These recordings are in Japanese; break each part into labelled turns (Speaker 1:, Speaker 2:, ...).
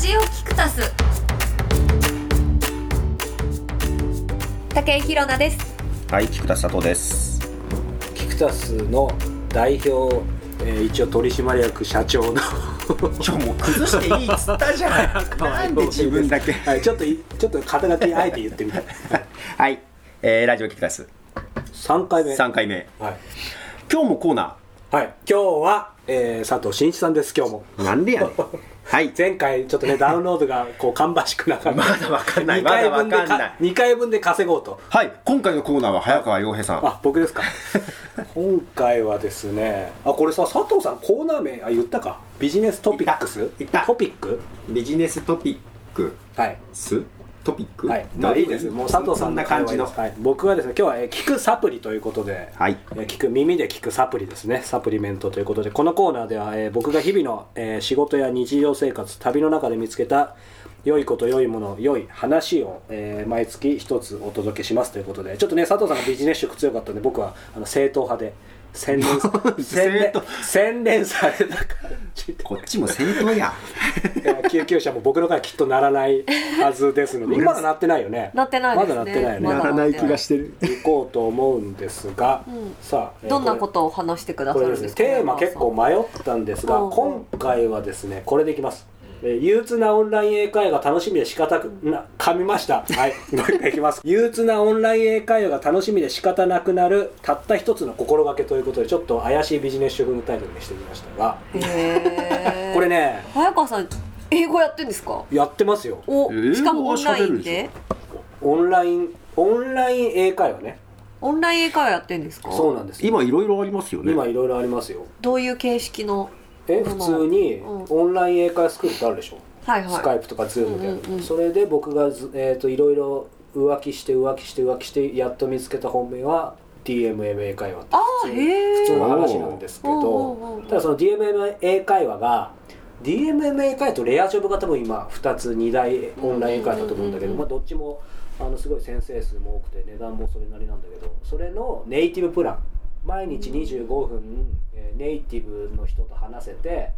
Speaker 1: ジオキクタス武井宏奈です
Speaker 2: はい、菊田佐藤です。
Speaker 3: キクタスの代表、えー一応取締役社長の
Speaker 2: ちょ、もう崩していいっつったじ ゃない。なんで自分だけ。
Speaker 3: はい、ちょっといちょっと肩書きあえて言ってみた
Speaker 2: はい、えー、ラジオ菊田ス
Speaker 3: 3回目
Speaker 2: 3回目。
Speaker 3: はい、
Speaker 2: 今日もコーナ
Speaker 3: はい、今日は、えー佐藤真一さんです今日も
Speaker 2: ー。なんでやねん。はい。
Speaker 3: 前回ちょっ とねダウンロードがこう芳しくなかった
Speaker 2: まだわかんない
Speaker 3: 2回分で
Speaker 2: まだわかんない
Speaker 3: 2回分で稼ごうと
Speaker 2: はい、今回のコーナーは早川洋平さん。
Speaker 3: あ僕ですか今回はですねあこれさ佐藤さんコーナー名あ言ったかビジネストピックス
Speaker 2: 言った
Speaker 3: トピック
Speaker 2: ビジネストピック
Speaker 3: はい
Speaker 2: ストピック
Speaker 3: はい、まあいいです。もう佐藤さ
Speaker 2: そん
Speaker 3: んの
Speaker 2: な感
Speaker 3: 会話
Speaker 2: じ
Speaker 3: で
Speaker 2: の
Speaker 3: す。はい、僕はですね、今日はえー聞くサプリということで、
Speaker 2: はい
Speaker 3: えー聞く耳で聞くサプリですね、サプリメントということで、このコーナーでは、えー僕が日々の、えー仕事や日常生活、旅の中で見つけた良いこと、良いもの、良い話を、えー毎月一つお届けしますということで、ちょっとね佐藤さんがビジネス色強かったんで、僕はあの正統派で洗練 洗練
Speaker 2: 正統
Speaker 3: 洗練された感じで。
Speaker 2: こっちも正当や。
Speaker 3: いや救急車も僕の回きっとならないはずですので今はなってないよね
Speaker 1: なってないですね
Speaker 3: まだなってないよね
Speaker 1: まだならない気が
Speaker 2: してる。
Speaker 3: 行こうと思うんですが、
Speaker 1: ん
Speaker 3: さあえー
Speaker 1: どんなことを話してくだ
Speaker 3: こ
Speaker 1: さ
Speaker 3: れ
Speaker 1: る
Speaker 3: で
Speaker 1: ん
Speaker 3: す
Speaker 1: で
Speaker 3: ね
Speaker 1: すか
Speaker 3: テーマ結構迷ったんですが
Speaker 1: うん
Speaker 3: 今回はですねこれでいきます、えー憂鬱なオンライン英会話が楽しみで仕方くな噛みましたはいもう一回いきます 憂鬱なオンライン英会話が楽しみで仕方なくなるたった一つの心がけということでちょっと怪しいビジネス主婦のタイトルにしてみましたが
Speaker 1: へー
Speaker 3: これね
Speaker 1: 早川さん英語やってんですか
Speaker 3: やってますよ
Speaker 1: お
Speaker 2: 英語は
Speaker 1: しかもオンラインで
Speaker 3: オンラインオンライン英会話ね
Speaker 1: オンライン英会話やってんですか
Speaker 3: そうなんですよ
Speaker 2: 今いろいろありますよね。
Speaker 3: 今いろいろありますよ
Speaker 1: どういう形式の
Speaker 3: え
Speaker 1: そ
Speaker 3: 普
Speaker 1: の
Speaker 3: 通に
Speaker 1: うん
Speaker 3: オンライン英会スクールってあるでしょ、
Speaker 1: はいはい
Speaker 3: スカイプとかズームで、
Speaker 1: うんうんうん
Speaker 3: それで僕がず、えー、といろいろ浮気して浮気して浮気してやっと見つけた本命は DMM 英会話って
Speaker 1: あーへえ
Speaker 3: 普通の話なんですけ
Speaker 1: おうおうおうお
Speaker 3: ど
Speaker 1: う
Speaker 3: ただその DMM 英会話が DMM 英会話とレアジョブが多分今2つ2大オンライン英会話だと思うんだけ
Speaker 1: うんうんうんうん
Speaker 3: ど、まあ、どっちもあのすごい先生数も多くて値段もそれなりなんだけどそれのネイティブプラン毎日25分、えーネイティブの人と話せて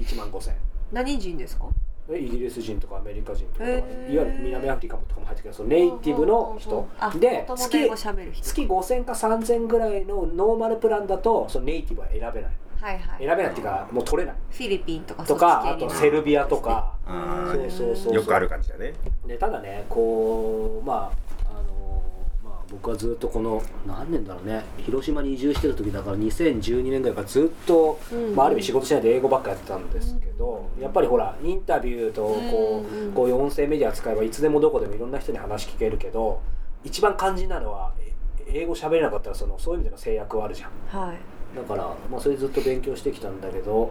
Speaker 3: 1万5000円。
Speaker 1: 何人ですか
Speaker 3: でイギリス人とかアメリカ人とか、
Speaker 1: へー
Speaker 3: いわゆる南アフリカとかも入ってくるそのネイティブの
Speaker 1: うんうん
Speaker 3: 人
Speaker 1: うんあ
Speaker 3: で
Speaker 1: 元々英
Speaker 3: 月
Speaker 1: 語喋る人
Speaker 3: 月5000か3000ぐらいのノーマルプランだとそのネイティブは選べない
Speaker 1: はいはい
Speaker 3: 選べないっていうかもう取れない
Speaker 1: フィリピンとか
Speaker 3: とかあとセルビアとか
Speaker 2: あ
Speaker 3: そう
Speaker 2: ー
Speaker 3: そうそう
Speaker 2: よくある感じだね。
Speaker 3: でただねこうまああのまあ僕はずっとこの何年だろうね広島に移住してる時だから2012年ぐらいからずっと、
Speaker 1: うん
Speaker 3: まあ、ある意味仕事しないで英語ばっかやってたんですけど、やっぱりほらインタビューとこう,、
Speaker 1: うん
Speaker 3: こういう音声メディア使えばいつでもどこでもいろんな人に話聞けるけど一番肝心なのはえ英語喋れなかったらそのそういう意味での制約はあるじゃん。
Speaker 1: はい
Speaker 3: だから、まあ、それずっと勉強してきたんだけど、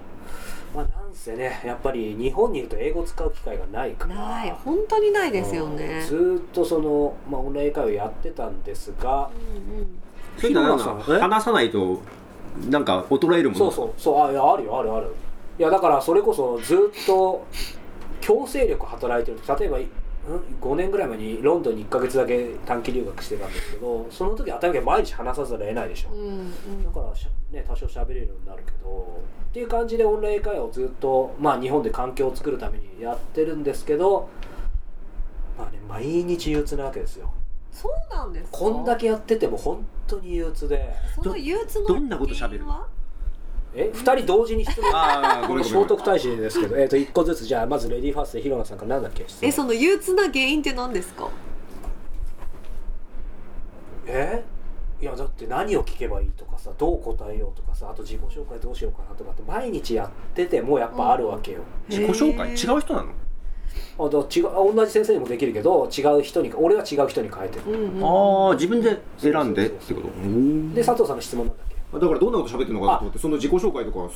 Speaker 3: まあ、なんせねやっぱり日本にいると英語使う機会がないから
Speaker 1: ない本当にないですよ
Speaker 3: う
Speaker 1: ね
Speaker 3: んずーっとその、まあ、オンライン英会話やってたんですが、
Speaker 1: うんうん
Speaker 2: そういうの
Speaker 3: 日
Speaker 2: なん
Speaker 3: 村
Speaker 2: か
Speaker 3: さんえ
Speaker 2: 話さないと、なんか衰えるもの。
Speaker 3: そうそうそうあいやあるよあるあるいやだからそれこそずーっと強制力働いてる例えば、うん、5年ぐらい前にロンドンに1ヶ月だけ短期留学してたんですけどその時当たり前毎日話さざるを得ないでしょ、
Speaker 1: うんうん
Speaker 3: だからしゃ、ね、多少喋れるようになるけどっていう感じでオンライン英会話をずっと、まあ、日本で環境を作るためにやってるんですけど、まあね、毎日憂鬱なわけですよ
Speaker 1: そうなんですか
Speaker 3: こんだけやってても本当に憂鬱で
Speaker 1: その憂鬱の
Speaker 2: どんなこと喋るの
Speaker 1: 原因は
Speaker 3: え二人同時に質問
Speaker 2: ああ、ご
Speaker 3: こ
Speaker 2: めん
Speaker 3: の
Speaker 2: ご
Speaker 3: 聖
Speaker 2: めん
Speaker 3: 徳。太子ですけど、えー、と一個ずつじゃあまずレディーファーストで広野さんから何だっけ質問
Speaker 1: えその憂鬱な原因って何ですか
Speaker 3: えいやだって何を聞けばいいとかさどう答えようとかさあと自己紹介どうしようかなとかって毎日やっててもやっぱあるわけよ、
Speaker 2: 自己紹介
Speaker 1: へ
Speaker 2: 違
Speaker 1: ー
Speaker 2: う人なの
Speaker 3: あだ違う同じ先生にもできるけど違う人に俺は違う人に変えてる、
Speaker 1: うんうん
Speaker 2: ああ自分で選んでってこと
Speaker 3: で佐藤さんの質問なんだっけ
Speaker 2: あだからどんなこと喋ってるのかなと思ってその自己紹介とか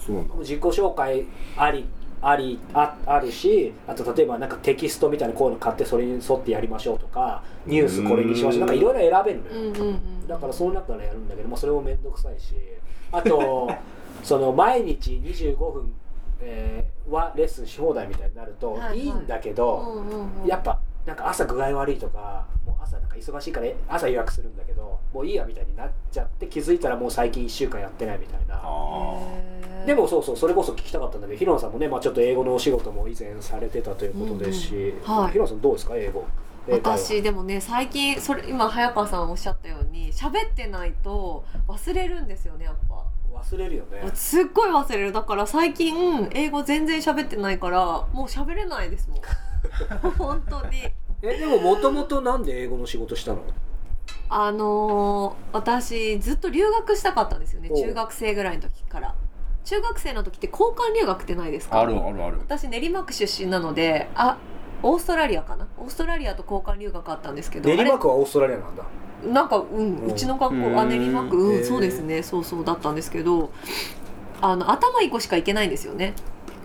Speaker 2: そそうなんだ
Speaker 3: 自己紹介ありありああるしあと例えばなんかテキストみたいなこういうの買ってそれに沿ってやりましょうとかニュースこれにしましょうなんかいろいろ選べるの
Speaker 1: う
Speaker 3: よ、
Speaker 1: んうんうん
Speaker 3: だからその中からやるんだけど、まあ、それも面倒くさいし あとその毎日25分、えーはレッスンし放題みたいになると
Speaker 1: はいはい
Speaker 3: いいんだけど、
Speaker 1: うんうんうん
Speaker 3: やっぱなんか朝具合悪いとかもう朝なんか忙しいから朝予約するんだけどもういいやみたいになっちゃって気づいたらもう最近1週間やってないみたいな
Speaker 2: あ
Speaker 1: へー
Speaker 3: でもそうそうそれこそ聞きたかったんだけどヒロンさんもね、まあ、ちょっと英語のお仕事も以前されてたということですし、
Speaker 1: うんうんはい
Speaker 3: ヒロンさんどうですか英語英会話
Speaker 1: 私でもね最近それ今早川さんおっしゃったように喋ってないと忘れるんですよねやっぱ
Speaker 3: 忘れるよね
Speaker 1: すっごい忘れるだから最近英語全然喋ってないからもう喋れないですもん本当に
Speaker 3: えでももともとなんで英語の仕事したの
Speaker 1: あのー私ずっと留学したかったんですよね
Speaker 3: おう
Speaker 1: 中学生ぐらいの時から中学生の時って交換留学ってないですか
Speaker 2: あるあるある
Speaker 1: 私練馬区出身なのであオーストラリアかなオーストラリアと交換留学あったんですけど
Speaker 3: 練
Speaker 1: あれ
Speaker 3: 馬区はオーストラリアなんだ
Speaker 1: なんかうん
Speaker 3: うん
Speaker 1: うちの学校
Speaker 2: う
Speaker 1: は
Speaker 2: ん
Speaker 1: 練馬区う
Speaker 3: へー
Speaker 1: んそうですねそうそうだったんですけどあの頭いい子しか行けないんですよね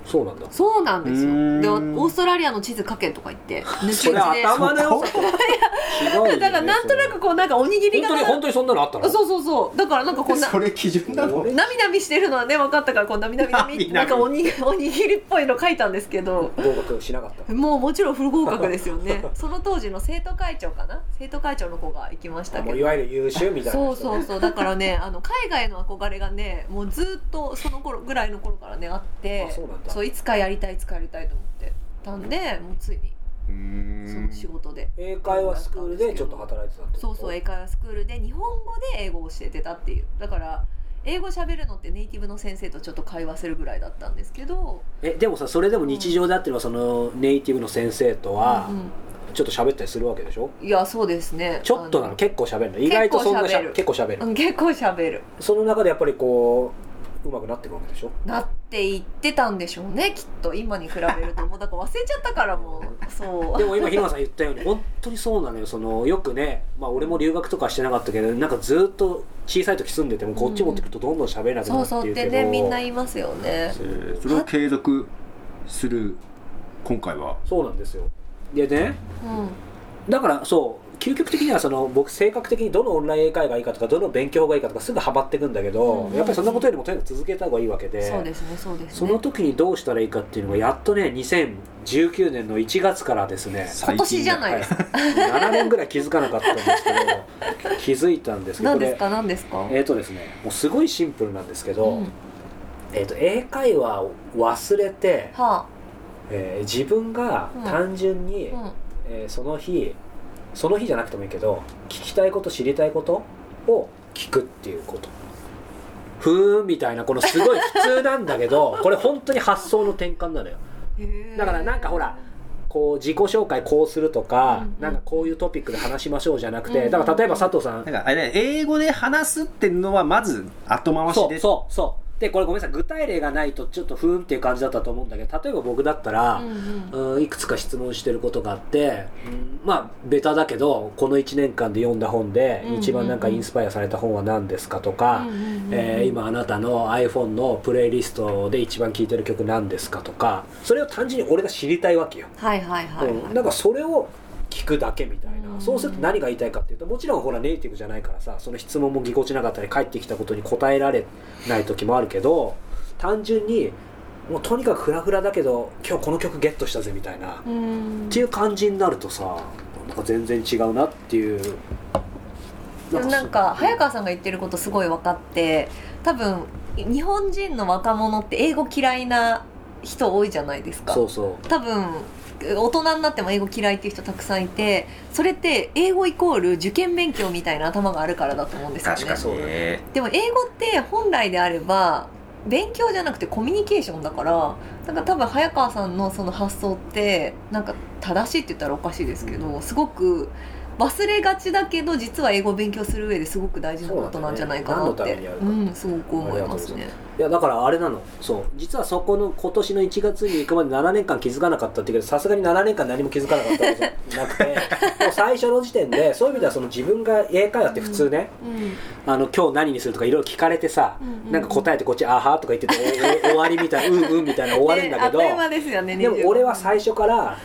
Speaker 3: そうなんだ
Speaker 1: そうなんです
Speaker 2: うーん
Speaker 1: よでオーストラリアの地図書けとか言って抜き
Speaker 3: それ
Speaker 1: 打ちで
Speaker 3: 頭の良さと違うよ ね
Speaker 1: だからなんとなくこうなんかおにぎりが
Speaker 3: 本当に本当にそんなのあったの
Speaker 1: そうそうそうだからなんかこんな
Speaker 2: それ基準なの
Speaker 1: なみなみしてるのはね分かったからこうなみなみなみってな
Speaker 2: なみなんみ
Speaker 1: かおにおにぎりっぽいの書いたんですけど
Speaker 3: 合格しなかった
Speaker 1: もうもちろん不合格ですよ ねその当時の生徒会長かな生徒会長の子が行きました
Speaker 3: も
Speaker 1: け
Speaker 3: う
Speaker 1: ど
Speaker 3: いわゆる優秀みたいな
Speaker 1: そ
Speaker 3: や
Speaker 1: う
Speaker 3: つ
Speaker 1: そうそうだからねあの海外の憧れがねもうずっとその頃ぐらいの頃からねあって
Speaker 3: あそうなんだ
Speaker 1: いつかやりたいいつかやりたいと思ってたんでもうついに
Speaker 2: うー
Speaker 1: その仕
Speaker 2: ん
Speaker 1: 事で、
Speaker 3: 英会話スクールでちょっと働いてたって
Speaker 1: そうそう英会話スクールで日本語で英語を教えてたっていうだから英語喋るのってネイティブの先生とちょっと会話するぐらいだったんですけど
Speaker 3: えでもさそれでも日常であってはそのネイティブの先生とは
Speaker 1: うん
Speaker 3: ちょっと喋ったりするわけでしょ
Speaker 1: うんいやそうですね
Speaker 3: ちょっとな
Speaker 1: あ
Speaker 3: の結構喋るの意外とそんなしゃ結
Speaker 1: 結
Speaker 3: 構喋る
Speaker 1: うん結構喋る
Speaker 3: その中でやっぱりこううまくなってくわけでしょ
Speaker 1: なっていってたんでしょうねきっと今に比べるともうだから忘れちゃったからもうそ
Speaker 3: でも今平野さん言ったように本当にそうなのよそのよくね、まあ、俺も留学とかはしてなかったけどなんかずっと小さい時住んでてもこっち持ってくるとどんどん喋れな
Speaker 1: う
Speaker 3: くな
Speaker 1: そう
Speaker 3: るって
Speaker 1: そうっ
Speaker 3: いうけ
Speaker 1: てね
Speaker 3: ど
Speaker 1: みんな言いますよね
Speaker 2: えーそれを継続する今回は
Speaker 3: そうなんですよでね
Speaker 1: うん
Speaker 3: だからそう究極的にはその僕性格的にどのオンライン英会話がいいかとかどの勉強法がいいかとかすぐハマっていくんだけど、
Speaker 1: うん
Speaker 3: やっぱりそんなことよりもとにかく続けた方がいいわけで
Speaker 1: そうですねそうです
Speaker 3: そ
Speaker 1: ね
Speaker 3: の時にどうしたらいいかっていうのがやっとね2019年の1月からで すね
Speaker 1: 今年じゃないいですか
Speaker 3: 7年ぐらい気づかなかったんですけど気づいたんですけど
Speaker 1: 何ですか何ですか
Speaker 3: これえっ、とですねもうすごいシンプルなんですけど、
Speaker 1: うんは
Speaker 3: えー、と英会話を忘れて、
Speaker 1: あ
Speaker 3: えー自分が単純に、
Speaker 1: うん
Speaker 3: えーその日その日じゃなくてもいいけど聞きたいこと知りたいことを聞くっていうことふーんみたいなこのすごい普通なんだけ どこれ本当に発想の転換なのよ
Speaker 1: へえ
Speaker 3: だからなんかほらこう自己紹介こうすると
Speaker 1: うん
Speaker 3: か、
Speaker 1: うん
Speaker 3: なんかこういうトピックで話しましょうじゃなくて、
Speaker 1: うんうん
Speaker 3: だから例えば佐藤さん、
Speaker 2: なんかあれ英語で話すってのはまず後回し
Speaker 3: そ
Speaker 2: で
Speaker 3: うそうそうでこれごめんなさい具体例がないとちょっとふーんっていう感じだったと思うんだけど例えば僕だったら、
Speaker 1: うんうん
Speaker 3: うんいくつか質問してることがあって、うんまあベタだけどこの1年間で読んだ本で
Speaker 1: うんうんうん
Speaker 3: 一番なんかインスパイアされた本は何ですかとか、
Speaker 1: うんうんうん
Speaker 3: えー今あなたの iPhone のプレイリストで一番聴いてる曲何ですかとかそれを単純に俺が知りたいわけよ、
Speaker 1: はいはいはい
Speaker 3: うん、
Speaker 1: は
Speaker 3: なんかそれを聞くだけみたいな、
Speaker 1: うん
Speaker 3: そうすると何が言いたいかっていうともちろんほらネイティブじゃないからさその質問もぎこちなかったり返ってきたことに答えられない時もあるけど単純にもうとにかくフラフラだけど今日この曲ゲットしたぜみたいな、
Speaker 1: いうん
Speaker 3: っていう感じになるとさなんか全然違うなっていう
Speaker 1: でもなんか早川さんが言ってることすごい分かって多分日本人の若者って英語嫌いな人多いじゃないですか
Speaker 3: そうそう
Speaker 1: 多分大人になっても英語嫌いっていう人たくさんいてそれって英語イコール受験勉強みたいな頭があるからだと思うんですよね
Speaker 2: 確かにね
Speaker 1: でも英語って本来であれば勉強じゃなくてコミュニケーションだからなんか多分早川さんのその発想ってなんか正しいって言ったらおかしいですけどすごく忘れがちだけど実は英語を勉強する上ですごく大事なことなんじゃないかなっ
Speaker 3: そうだ
Speaker 1: て
Speaker 3: ね
Speaker 1: う,、んすごく思いますね。
Speaker 3: いやだからあれなのそう実はそこの今年の1月に行くまで7年間気づかなかったっていうけどさすがに7年間何も気づかなかったわけじゃ なくてもう最初の時点でそういう意味ではその自分が英会話って普通ね、あの今日何にするとかいろいろ聞かれてさ、
Speaker 1: うんうん
Speaker 3: なんか答えてこっち「あは」とか言ってておお終わりみたいな「うんうん」みたいな終わるんだけど
Speaker 1: ね当たり前ですよね。
Speaker 3: でも俺は最
Speaker 1: 初
Speaker 3: 初から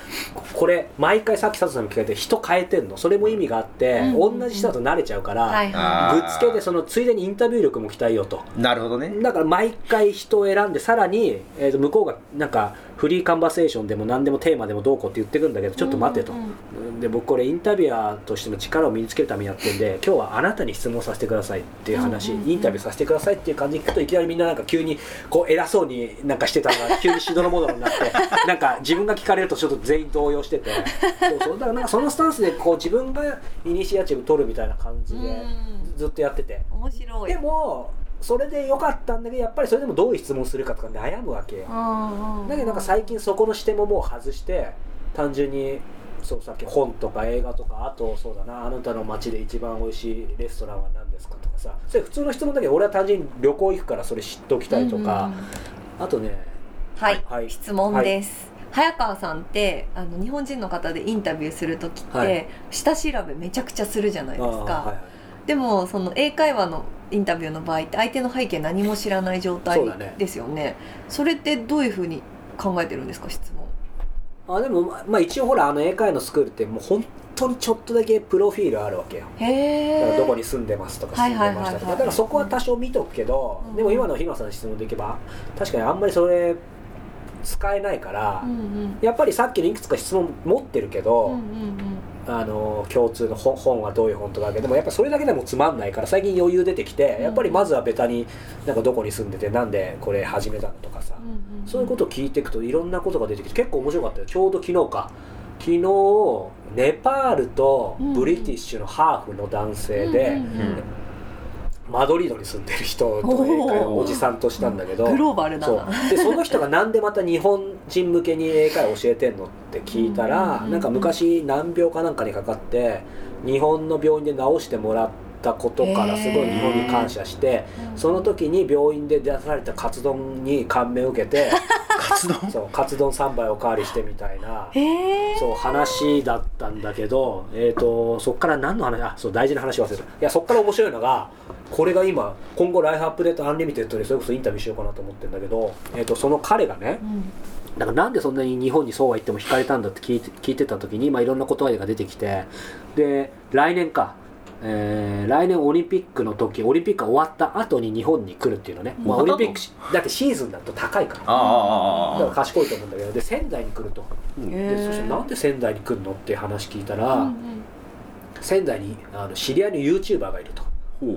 Speaker 3: これ毎回さっき佐藤さんも聞かれて人変えてんのそれも意味があって、
Speaker 1: うんうんうん
Speaker 3: 同じ人だと慣れちゃうから、
Speaker 1: はいは
Speaker 2: あ
Speaker 3: ぶっつけてそのついでにインタビュー力も鍛えようと
Speaker 2: なるほどね
Speaker 3: だから毎回人を選んでさらに、えーと向こうがなんかフリーカンバセーションでも何でもテーマでもどうこうって言ってくるんだけど
Speaker 1: い
Speaker 3: ちょっと待てと、
Speaker 1: うんうん
Speaker 3: うで僕これインタビュアーとしての力を身につけるためにやってんで今日はあなたに質問させてくださいっていう話、
Speaker 1: うんうんうん
Speaker 3: インタビューさせてくださいっていう感じで聞くといきなりみんななんか急にこう偉そうになんかしてた のが急に指導のモードになってなんか自分が聞かれるとちょっと全員動 揺しててそうそうだからなんかそのスタンスでこう自分がイニシアチブ取るみたいな感じで
Speaker 1: うん
Speaker 3: ずっとやってて。
Speaker 1: 面白い
Speaker 3: でもそれで良かったんだけどやっぱりそれでもどういう質問するかとか悩むわけよ
Speaker 1: だ
Speaker 3: だけどなんか最近そこの視点ももう外して単純にそうさっき本とか映画とかあとそうだなあなたの街で一番美味しいレストランは何ですかとかさそれ普通の質問だけど俺は単純に旅行行くからそれ知っておきたいとか、
Speaker 1: うんうんうん
Speaker 3: あとね
Speaker 1: はい、
Speaker 3: はい
Speaker 1: 質問です、早川さんってあの日本人の方でインタビューする時って、
Speaker 3: はい
Speaker 1: 下調べめちゃくちゃするじゃないですか、
Speaker 3: あーはいはい
Speaker 1: でもその英会話のインタビューの場合って相手の背景何も知らない状態
Speaker 3: そうだね
Speaker 1: ですよねそれってどういうふうに考えてるんですか質問
Speaker 3: あでもまあまあ一応ほらあの英会話のスクールってもう本当にちょっとだけプロフィールあるわけよ
Speaker 1: へ
Speaker 3: だから
Speaker 1: え
Speaker 3: どこに住んでますとか住んでました
Speaker 1: はいはいは
Speaker 3: と
Speaker 1: い
Speaker 3: か
Speaker 1: はい
Speaker 3: だからそこは多少見とくけど、
Speaker 1: うん
Speaker 3: でも今の日野さんの質問でいけば確かにあんまりそれ使えないから、
Speaker 1: うんうん
Speaker 3: やっぱりさっきのいくつか質問持ってるけど、
Speaker 1: うんうん
Speaker 3: あの共通の本本はどういう本とかだけどでもやっぱそれだけでもつまんないから最近余裕出てきて、
Speaker 1: うん
Speaker 3: やっぱりまずはベタになんかどこに住んでてなんでこれ始めたのとかさ、
Speaker 1: うんうんうん
Speaker 3: そういうことを聞いていくといろんなことが出てきて結構面白かったよちょうど昨日か昨日ネパールとブリティッシュのハーフの男性で、
Speaker 1: うんうん うん
Speaker 3: マドリードに住んでる人と英会話をおじさんとしたんだけど、
Speaker 1: グローバルだ
Speaker 3: そう
Speaker 1: な
Speaker 3: でその人がなんでまた日本人向けに英会話教えてんのって聞いたら、
Speaker 1: うん
Speaker 3: なんか昔難病かなんかにかかって日本の病院で治してもらったことからすごい日本に感謝して、その時に病院で出されたカツ丼に感銘を受 けて
Speaker 2: カツ丼
Speaker 3: そうカツ丼3杯おかわりしてみたいな。
Speaker 1: へえ
Speaker 3: そう話だったんだけど、えー、とそっから何の話あそう大事な話忘れたいやそっから面白いのがこれが今今後「ライフアップデートアンリミテッド」でそれこそインタビューしようかなと思ってるんだけど、えー、とその彼がね
Speaker 1: うん
Speaker 3: なんかなんでそんなに日本にそうは言っても惹かれたんだって聞いて聞いてた時に、まあ、いろんな言葉が出てきてで来年か、えー来年オリンピックの時オリンピックが終わった後に日本に来るっていうのね、まあ、オ
Speaker 2: 終
Speaker 3: リ
Speaker 2: わ
Speaker 3: ン
Speaker 2: った後
Speaker 3: ピックしだってシーズンだと高いから
Speaker 2: あああああ
Speaker 3: だから
Speaker 2: あ
Speaker 3: 賢いと思うんだけどで仙台に来ると。
Speaker 1: へ
Speaker 3: で
Speaker 1: え
Speaker 3: そしてなんで仙台に来るのっていう話聞いた
Speaker 1: う
Speaker 3: ら、
Speaker 1: んうん
Speaker 3: 仙台にあの知り合いの YouTuber がいると
Speaker 2: ほう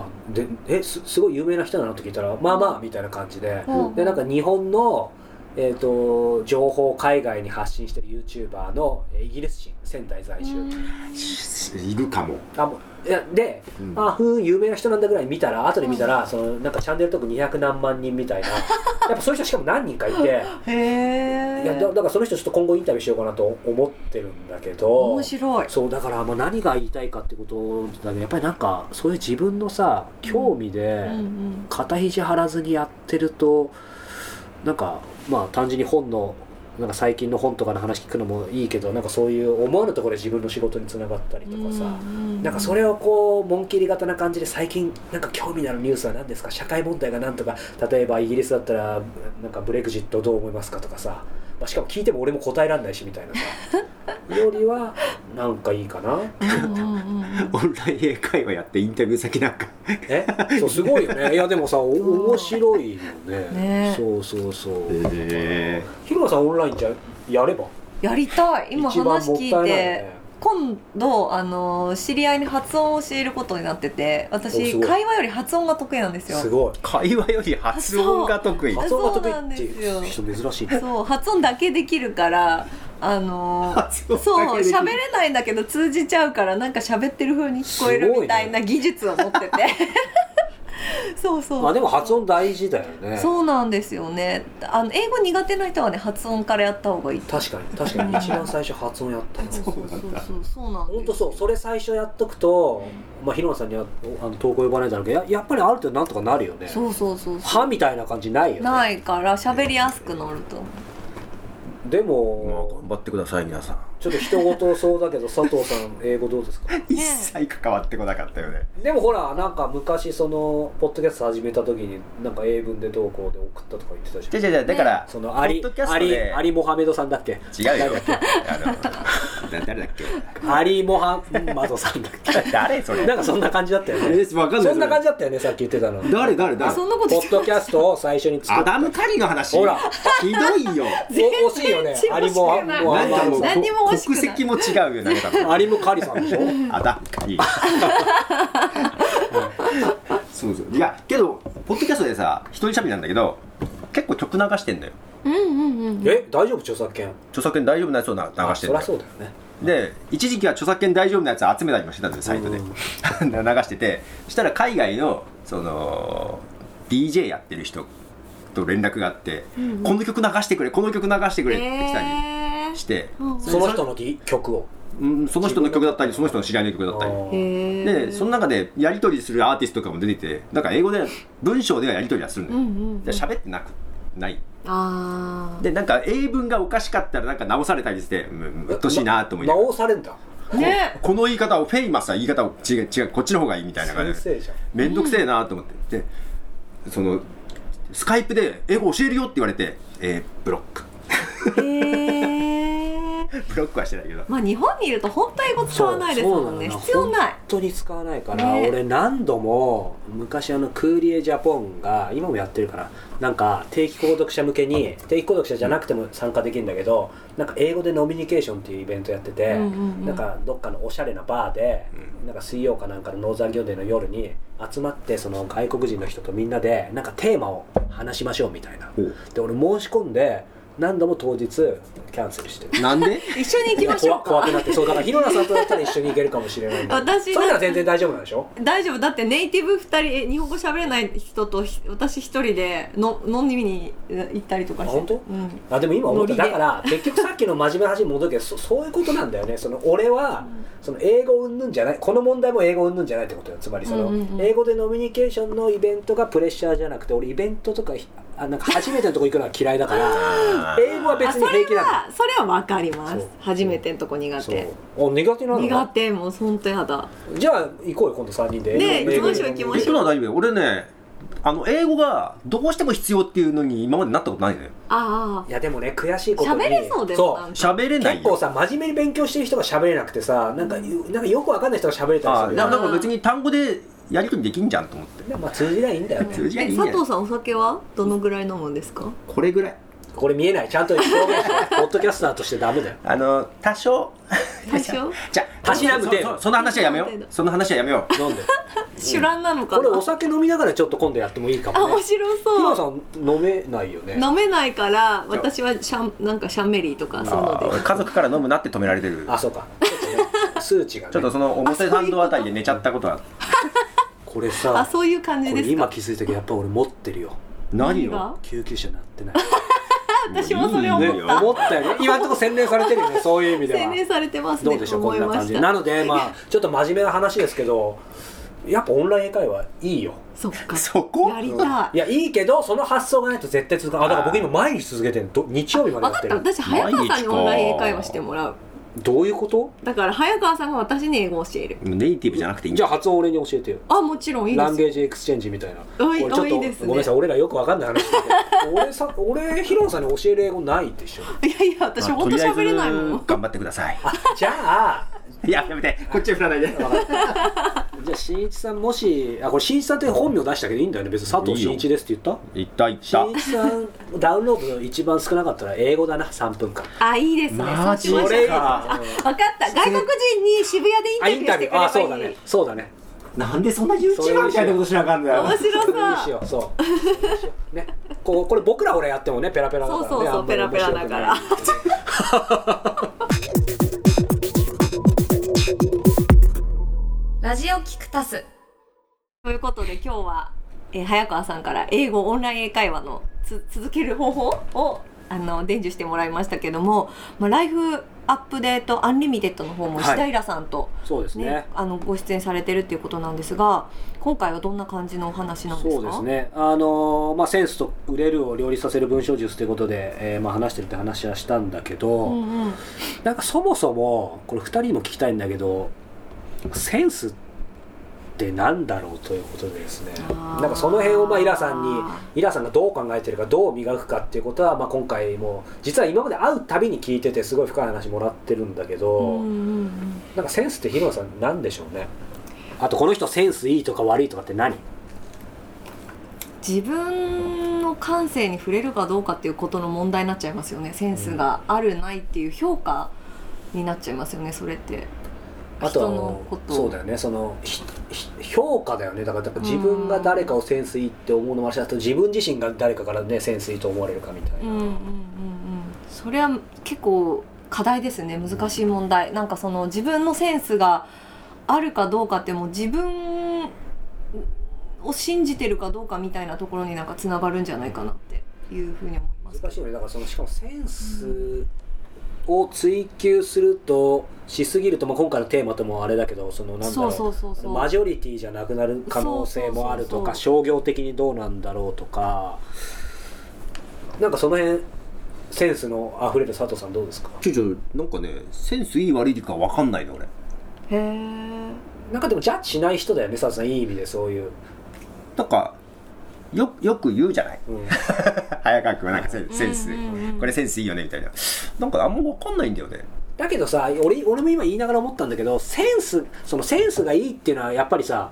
Speaker 3: あでえすすごい有名な人だなと聞いたらまあまあみたいな感じで
Speaker 1: うん
Speaker 3: でなんか日本の、えー、と情報を海外に発信してる YouTuber のえーイギリス人仙台在住、
Speaker 2: いるかも、
Speaker 3: あもういやで、
Speaker 2: うん
Speaker 3: あふーん有名な人なんだぐらい見たら後で見たら、そのなんかチャンネル登録200何万人 みたいなやっぱそういう人しかも何人かいて。
Speaker 1: へ え
Speaker 3: いやだだからその人ちょっと今後インタビューしようかなと思ってるんだけど
Speaker 1: 面白い
Speaker 3: そうだからまあ何が言いたいかってことだけどやっぱりなんかそういう自分のさ興味
Speaker 1: う
Speaker 3: で
Speaker 1: んうん
Speaker 3: 肩肘張らずにやってるとなんかまあ単純に本のなんか最近の本とかの話聞くのもいいけどなんかそういう思わぬところで自分の仕事につながったりとかさ、なんかそれをこう紋切り型な感じで最近なんか興味のあるニュースは何ですか社会問題が何とか例えばイギリスだったらなんかブレグジットどう思いますかとかさ、まあ、しかも聞いても俺も答えられないしみたいなさよりはなんかいいかな
Speaker 1: うんうんうんうん
Speaker 2: オンライン英会話やってインタビュー先なんか
Speaker 3: えそうすごいよねいやでもさお
Speaker 1: ん
Speaker 3: 面白いよね
Speaker 1: ね
Speaker 3: そうそうそう
Speaker 2: へ
Speaker 3: ひろさんオンラインじゃやれば
Speaker 1: やりたい今
Speaker 3: 一番
Speaker 1: 話
Speaker 3: もっ
Speaker 1: 聞い
Speaker 3: た
Speaker 1: て
Speaker 3: いないね
Speaker 1: 今度あの知り合いに発音を教えることになってて
Speaker 3: おす
Speaker 1: 私
Speaker 3: ごい
Speaker 1: 会話より発音が得意なんですよ
Speaker 3: すごい
Speaker 2: 会話より発音が得意
Speaker 1: そう
Speaker 3: 発音が得意っていう人珍しいね
Speaker 1: そう発音だけできるからあの
Speaker 2: 発
Speaker 1: そう
Speaker 2: 音だけで
Speaker 1: 喋れないんだけど通じちゃうからなんか喋ってる風に聞こえ
Speaker 3: す
Speaker 1: る
Speaker 3: ごいね
Speaker 1: みたいな技術を持 っててそうそう、
Speaker 3: まあでも発音大事だよね
Speaker 1: そうなんですよねあの英語苦手な人はね発音からやった方がいいと
Speaker 3: 確かに確 かに一番最初発音やったな
Speaker 1: そうそうそうそうなんです
Speaker 3: 本当そうそれ最初やっとくと、まあ、広野さんにはおあの投稿呼ばないだろうけどややっぱりある程度なんとかなるよね
Speaker 1: そうそうそうそう
Speaker 3: 歯みたいな感じないよね
Speaker 1: ないから喋りやすくなると
Speaker 3: で
Speaker 2: まあ
Speaker 3: も
Speaker 2: 頑張ってください皆さん
Speaker 3: ちょっと人事そうだけど佐藤さん英語どう ですか
Speaker 2: 一切関わってこなかったよね
Speaker 3: でもほらなんか昔そのポッドキャスト始めた時になんか英文でどうこうで送ったとか言ってたじ
Speaker 2: じ
Speaker 3: ゃ
Speaker 2: ゃ
Speaker 3: ん
Speaker 2: じゃじゃだから
Speaker 3: そのアリ
Speaker 2: ポッドキャス
Speaker 3: ア
Speaker 2: ト
Speaker 3: リ
Speaker 2: で
Speaker 3: アリモハメドさんだっけ
Speaker 2: 違うよあのな誰だっけ
Speaker 3: アリモハマドさんだっけ
Speaker 2: 誰それ
Speaker 3: なんかそんな感じだったよね
Speaker 2: わかんない
Speaker 3: そんな感じだったよねさっき言ってたのポ
Speaker 2: 誰誰
Speaker 1: あ
Speaker 2: 誰
Speaker 1: そんなこと言っ
Speaker 3: ッ
Speaker 1: て
Speaker 3: ドキャストを最初に作
Speaker 2: ア
Speaker 3: っ
Speaker 2: ダ
Speaker 3: た
Speaker 2: ム・カリーの話
Speaker 3: ほら
Speaker 2: ひどいよ
Speaker 3: お惜しいよね
Speaker 1: 全然
Speaker 3: アリモハ
Speaker 1: 違う
Speaker 3: モハマドさ
Speaker 2: なんか
Speaker 3: ん
Speaker 2: もう
Speaker 1: 何にも欲しく
Speaker 2: 国
Speaker 1: ない
Speaker 2: 籍も違うよね多分
Speaker 3: アリムカリさんでしょ
Speaker 2: あだかいい そうそういやけどポッドキャストでさ一人喋りなんだけど結構曲流してんだよ
Speaker 1: うんうんうん
Speaker 3: え大丈夫著作権
Speaker 2: 著作権大丈夫なやつをな流してるん
Speaker 3: あ
Speaker 2: だ
Speaker 3: そ
Speaker 2: よ
Speaker 3: りゃそうだよね
Speaker 2: で一時期は著作権大丈夫なやつ集めたりもしてたんですよサイトで
Speaker 3: う
Speaker 2: 流
Speaker 3: ん
Speaker 2: しててしたら海外のその DJ やってる人と連絡があって、
Speaker 1: うんうん
Speaker 2: この曲流してくれこの曲流してくれって来たり
Speaker 1: え
Speaker 2: し
Speaker 1: ー
Speaker 2: て、
Speaker 1: うんうん
Speaker 3: その人の曲を
Speaker 2: うん、その人の曲だったりその人の知り合いの曲だったり
Speaker 1: へー
Speaker 2: でその中でやり取りするアーティストとかも出ててなんか英語で文章ではやり取りはするんだ
Speaker 1: うんう
Speaker 2: よ、
Speaker 1: ん
Speaker 2: で喋ってなくない
Speaker 1: あー
Speaker 2: でなんか英文がおかしかったらなんか直されたりしてうんうんうっとうしいなと思いながら
Speaker 3: 直されんだ
Speaker 1: ね
Speaker 2: この言い方をフェイマスは言い方を違う違うこっちの方がいいみたいな感
Speaker 3: 先
Speaker 2: じで
Speaker 3: 生じゃん
Speaker 2: 面倒くせえなと思って、でそのスカイプで英語教えるよって言われてえー、ブロック
Speaker 1: へ ー
Speaker 2: ブロックはしてないけど
Speaker 1: まあ日本にいると本当英語使わないですもんね
Speaker 3: そう
Speaker 1: 必要ない
Speaker 3: 本当に使わないから、
Speaker 1: ね
Speaker 3: 俺何度も昔あのクーリエジャポンが今もやってるからなんか定期購読者向けに定期購読者じゃなくても参加できるんだけどなんか英語でノミニケーションっていうイベントやってて、
Speaker 1: うんうんうん
Speaker 3: なんかどっかのおしゃれなバーで、なんか水曜かなんかのノーザンギョデの夜に集まってその外国人の人とみんなでなんかテーマを話しましょうみたいな
Speaker 2: おう
Speaker 3: で俺申し込んで何度も当日キャンセルしてる
Speaker 2: なん で
Speaker 1: 一緒に行きましょう
Speaker 3: 怖怖く
Speaker 1: か
Speaker 3: なってそうだから日野田さんとだったら一緒に行けるかもしれないんだけど
Speaker 1: 私だ
Speaker 3: それなら全然大丈夫なんでしょ
Speaker 1: 大丈夫だってネイティブ2人え日本語喋れない人とひ私一人での飲みに行ったりとかして
Speaker 3: あ本当
Speaker 1: うん
Speaker 3: あでも今思った
Speaker 1: ノリ
Speaker 3: だ
Speaker 1: で
Speaker 3: から結局さっきの真面目な話に戻るけどそそういうことなんだよねその俺は、その英語云々じゃないこの問題も英語云々じゃないってことよつまりその、
Speaker 1: うんうんうん
Speaker 3: 英語でノミニケーションのイベントがプレッシャーじゃなくて俺イベントとかあなんか初めてのとこ行くのは嫌いだから英語は別に平気なの
Speaker 1: あそれはそれは分かりま
Speaker 3: そ
Speaker 1: す
Speaker 3: う
Speaker 1: 初めてのとこ苦
Speaker 3: そう
Speaker 1: 手
Speaker 3: お苦手なの
Speaker 1: 苦手もう本当やだ
Speaker 3: じゃあ行こうよ今度3人で
Speaker 1: ね
Speaker 3: 英
Speaker 1: 行き
Speaker 3: 語
Speaker 1: ましょう行きま
Speaker 2: 行
Speaker 1: しょ
Speaker 2: くのは大丈夫よ俺ねあの英語がどうしても必要っていうのに今までなったことないのよ
Speaker 1: あ
Speaker 3: いやでもね悔しいことに
Speaker 1: 喋れそうでも
Speaker 3: そ
Speaker 1: な
Speaker 3: うん
Speaker 1: か
Speaker 2: 喋れない
Speaker 3: 結構
Speaker 2: よ
Speaker 3: さ真面目に勉強してる人が喋れなくてさなんかゆなんかよくわかんない人が喋れたりす
Speaker 2: あ
Speaker 3: る
Speaker 2: ー
Speaker 3: よね
Speaker 2: ななんか別に単語でやり取りできんじゃんと思って
Speaker 3: でまあ通じりゃいいんだよね
Speaker 2: 通じりゃいい
Speaker 1: え
Speaker 2: んじゃ
Speaker 1: 佐
Speaker 2: ない
Speaker 1: 藤さんお酒はどのぐらい飲むんですか
Speaker 2: これぐらい
Speaker 3: これ見えないちゃんと表現してポッドキャスターとしてダメだよ
Speaker 2: あの多少
Speaker 1: 多少
Speaker 2: じゃあ
Speaker 3: たしなむ 程度
Speaker 2: そそその話はやめよ
Speaker 1: たしなむ程
Speaker 2: う
Speaker 1: 度
Speaker 2: その話はやめよ う
Speaker 3: なんで
Speaker 1: 酒乱なのか
Speaker 3: これ
Speaker 1: な
Speaker 3: お酒飲みながらちょっと今度やってもいいか
Speaker 1: あ
Speaker 3: も
Speaker 1: 面
Speaker 3: ね
Speaker 1: 白
Speaker 3: ひ
Speaker 1: そ
Speaker 3: な
Speaker 1: う
Speaker 3: さん飲めないよね
Speaker 1: 飲めないから私はシャンなんかシャンメリーとかそういう
Speaker 2: あー
Speaker 1: の
Speaker 2: 俺家族から飲むなって止められてる
Speaker 3: あそうかちょっとね数値がね
Speaker 2: ちょっとその表参道あたりで寝ちゃったことは
Speaker 3: これ
Speaker 1: であ
Speaker 3: さ
Speaker 1: そういう感じ
Speaker 3: こ
Speaker 1: で
Speaker 3: れ
Speaker 1: す
Speaker 3: 今
Speaker 1: か
Speaker 3: 気づいたけどやっぱ俺持ってるよ
Speaker 2: 何
Speaker 1: が
Speaker 2: よ
Speaker 3: 救急車なってない
Speaker 1: 私もそれ思
Speaker 2: い
Speaker 1: っ
Speaker 2: い
Speaker 1: た
Speaker 2: ね
Speaker 3: ね思ったよね今んとこ洗練されてるよねそういう意味では
Speaker 1: 洗練されてます
Speaker 3: ど
Speaker 1: ね
Speaker 3: うでし
Speaker 1: と
Speaker 3: ょうこ
Speaker 1: 思
Speaker 3: ん
Speaker 1: い
Speaker 3: な
Speaker 1: ま
Speaker 3: 感
Speaker 1: し
Speaker 3: じ
Speaker 1: た
Speaker 3: な のでまあちょっと真面目な話ですけどやっぱオンライン英会話いいよ
Speaker 1: そっか
Speaker 2: そこ
Speaker 1: やりた
Speaker 3: い
Speaker 1: い
Speaker 3: やいいけどその発想がないと絶対続かないあだから僕今毎日続けてるど日曜日ま
Speaker 1: 分
Speaker 3: で
Speaker 1: か
Speaker 3: やって
Speaker 1: った私
Speaker 3: る
Speaker 1: 早川さんにオンライン英会話してもらう
Speaker 3: どういうこと
Speaker 1: だから早川さんが私に英語を教える
Speaker 2: ネイティブじゃなくていいん
Speaker 3: じ
Speaker 2: じ
Speaker 3: ゃ
Speaker 2: ゃ
Speaker 3: あ発音俺に教えてよ
Speaker 1: あもちろんいいで
Speaker 3: ラン
Speaker 1: すよ
Speaker 3: ゲージエクスチェンジみたいな
Speaker 1: おい
Speaker 3: 俺ちょっと
Speaker 1: おいいですね
Speaker 3: ごめんなさい俺らよくわかんない話してて俺さ俺ヒロさんに教える英語ないでしょ
Speaker 1: いやいや私本当喋れないもん
Speaker 2: 頑張ってください
Speaker 3: あじゃあ
Speaker 2: いややめてこっちは振らないで
Speaker 3: わかったじゃあしんいちさんもしあこれしんいちさんって本名出したけどいいんだよね別に佐藤しんいちですって言った
Speaker 2: いったいっ
Speaker 3: し
Speaker 2: た
Speaker 3: んいちさんダウンロードの一番少なかったら英語だな3分間
Speaker 1: あいいですねそうしまし
Speaker 3: そ
Speaker 1: ょ
Speaker 3: れ
Speaker 1: う
Speaker 3: いい
Speaker 1: 分
Speaker 3: な
Speaker 1: かった外国人に渋谷で
Speaker 3: あ
Speaker 1: イ
Speaker 3: イ
Speaker 1: ン
Speaker 3: ン
Speaker 1: タ
Speaker 3: タ
Speaker 1: ビ
Speaker 3: ビ
Speaker 1: ュ
Speaker 3: ュ
Speaker 1: ー
Speaker 3: ーあ
Speaker 1: して
Speaker 3: そ
Speaker 1: くれば
Speaker 3: うだ
Speaker 1: いい
Speaker 3: ねそうだね
Speaker 2: なんでそんな
Speaker 3: そういう
Speaker 2: YouTuber みたいなことしなあかんだよ
Speaker 1: 面白
Speaker 3: それにし
Speaker 1: そう
Speaker 3: ようそうねこうこれ僕ら俺やってもねペラペラだから、ね、
Speaker 1: そうそうそう
Speaker 3: あんまり面白くない
Speaker 1: ペラペラだからラジオキクタスということで今日は、えー早川さんから英語オンライン英会話のつ続ける方法をあの伝授してもらいましたけども、まあ、ライフアップデートアンリミテッドの方も
Speaker 3: はい
Speaker 1: 石平さんと、
Speaker 3: そうです
Speaker 1: ね
Speaker 3: ね
Speaker 1: あのご出演されてるっていうことなんですが今回はどんな感じのお話なんですか
Speaker 3: そうですね、あのーまあ、センスと売れるを両立させる文章術ということで、えーまあ、話してるって話はしたんだけど、
Speaker 1: うんうん、
Speaker 3: なんかそもそもこれ2人にも聞きたいんだけどセンスってなんだろうということでですね
Speaker 1: あー
Speaker 3: なんかその辺をまあイラさんにイラさんがどう考えてるかどう磨くかっていうことは、まあ、今回も実は今まで会うたびに聞いててすごい深い話もらってるんだけど、
Speaker 1: うんうんうん
Speaker 3: なんかセンスってヒロさんなんでしょうねあとこの人センスいいとか悪いとかって何
Speaker 1: 自分の感性に触れるかどうかっていうことの問題になっちゃいますよねセンスがあるないっていう評価になっちゃいますよねそれって
Speaker 3: あとは
Speaker 1: 人
Speaker 3: も
Speaker 1: の
Speaker 3: う
Speaker 1: ことを
Speaker 3: そうだよねそのひひ評価だよねだからだから自分が誰かをセンスいいって思うのもあるしあと自分自身が誰かからねセンスいいと思われるかみたい
Speaker 1: うん
Speaker 3: な、
Speaker 1: うんうんうんそれは結構課題ですね難しい問題なんかその自分のセンスがあるかどうかってもう自分を信じてるかどうかみたいなところになんかつながるんじゃないかなっていうふうに思います
Speaker 3: 難しいよねだからそのしかもセンスを追求するとしすぎると、まあ、今回のテーマともあれだけどそのなんだ
Speaker 1: そ
Speaker 3: ろう
Speaker 1: うそうそうそう
Speaker 3: マジョリティじゃなくなる可能性もあるとか
Speaker 1: そ
Speaker 3: 商業的にどうなんだろうとかなんかその辺センスのあふれる佐藤さんどうですか
Speaker 2: ちょちょなんかねセンスいい悪いか分かんないの俺
Speaker 1: へえ
Speaker 3: なんかでもジャッジしない人だよね佐藤さんいい意味でそういう、
Speaker 2: なんかよよく言うじゃない
Speaker 3: うん
Speaker 2: 早川君はなんかセンセンス、
Speaker 1: うんうんうん
Speaker 2: これセンスいいよねみたいななんかあんま分かんないんだよね
Speaker 3: だけどさ俺俺も今言いながら思ったんだけどセンスそのセンスがいいっていうのはやっぱりさ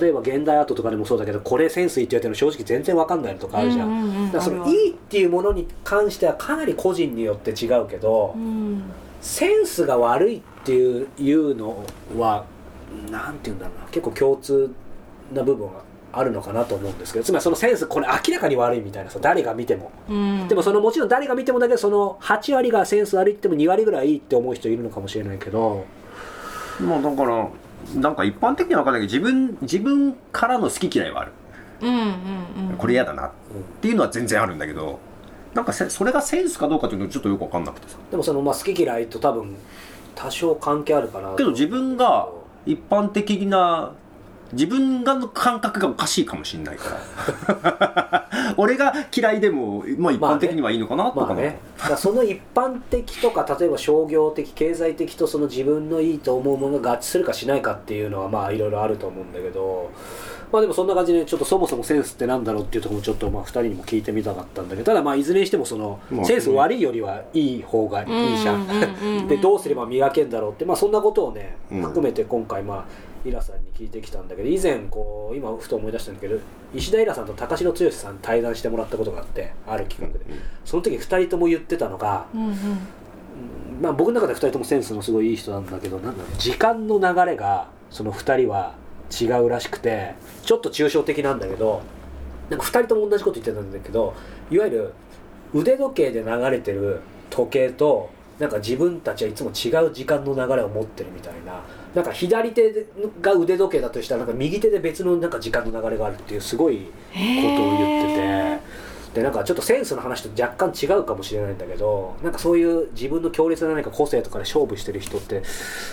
Speaker 3: 例えば現代アートとかでもそうだけどこれセンスいいって言われてるの正直全然わかんないのとかあるじゃん,、
Speaker 1: うんうんうん
Speaker 3: だからそ
Speaker 1: あ
Speaker 3: の
Speaker 1: るある
Speaker 3: いいっていうものに関してはかなり個人によって違うけど、
Speaker 1: うん
Speaker 3: センスが悪いっていういうのはなんて言うんだろうな結構共通な部分があるのかなと思うんですけどつまりそのセンスこれ明らかに悪いみたいなさ誰が見ても
Speaker 1: うん
Speaker 3: でもそのもちろん誰が見てもだけどその8割がセンス悪いって言っても2割ぐらいいいって思う人いるのかもしれないけど
Speaker 2: まあだからなんか一般的には分かんないけど自分自分からの好き嫌いはある
Speaker 1: うんうんうん
Speaker 2: これ嫌だなっていうのは全然あるんだけどなんかせそれがセンスかどうかっていうのちょっとよく分かんなくてさ
Speaker 3: でもそのまあ好き嫌いと多分多少関係あるかな
Speaker 2: けど自分が一般的な自分がの感覚がおかしいかもしれないから 俺が嫌いでも、まあ、一般的にはいいのかなと
Speaker 3: ま
Speaker 2: か
Speaker 3: あ
Speaker 2: な、
Speaker 3: ね、だからその一般的とか例えば商業的経済的とその自分のいいと思うものが合致するかしないかっていうのはまあいろいろあると思うんだけど、まあ、でもそんな感じでちょっとそもそもセンスってなんだろうっていうところもちょっとまあ2人にも聞いてみたかったんだけどただまあいずれにしてもその
Speaker 2: まあ
Speaker 3: センス悪いよりはいい方がいいじゃ
Speaker 1: うんうんうんうん
Speaker 3: ん。でどうすれば磨けんだろうって、まあ、そんなことをね
Speaker 2: うん
Speaker 3: 含めて今回まあイラさんに聞いてきたんだけど以前こう今ふと思い出したんだけど石田イラさんと高城剛さんに対談してもらったことがあってある企画で。その時2人とも言ってたのが、
Speaker 1: うんうん
Speaker 3: うんまあ、僕の中で2人ともセンスのすごいいい人なんだけどなんだろう時間の流れがその2人は違うらしくてちょっと抽象的なんだけどなんか2人とも同じこと言ってたんだけどいわゆる腕時計で流れてる時計となんか自分たちはいつも違う時間の流れを持ってるみたいななんか左手が腕時計だとしたらなんか右手で別のなんか時間の流れがあるっていうすごいことを言って
Speaker 1: へ
Speaker 3: て。でなんかちょっとセンスの話と若干違うかもしれないんだけどなんかそういう自分の強烈な何か個性とかで勝負してる人って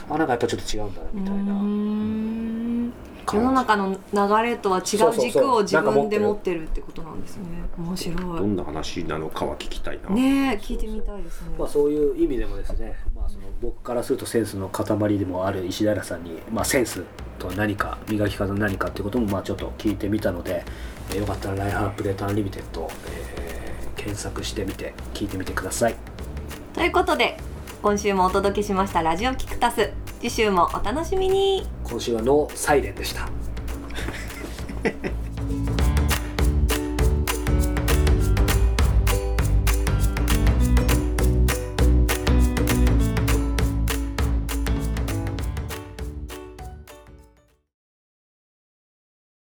Speaker 3: あなんかやっぱちょっと違うんだなみたいう
Speaker 1: ー
Speaker 3: なん
Speaker 1: 世
Speaker 3: 感じ
Speaker 1: の中の流れとは違
Speaker 3: そう
Speaker 1: う
Speaker 3: そう
Speaker 1: 軸
Speaker 3: そう
Speaker 1: を自分で
Speaker 3: なんか持
Speaker 1: 持
Speaker 3: っ
Speaker 1: ってるってことなんですね面白
Speaker 2: ど
Speaker 1: い
Speaker 2: んな話なのかは聞きたいな、
Speaker 1: ねえ聞いてみたいですね
Speaker 3: まあ、そういう意味でもですね、まあ、その僕からするとセンスの塊でもある石平さんに、まあ、センスとは何か磨き方の何かっていうこともまあちょっと聞いてみたので、えーよかったら「ライフアップデートアンリミテッド」えー検索してみて聞いてみてください。
Speaker 1: ということで今週もお届けしました「ラジオキクタス」次週もお楽しみに
Speaker 3: 今週はノーサイレンでした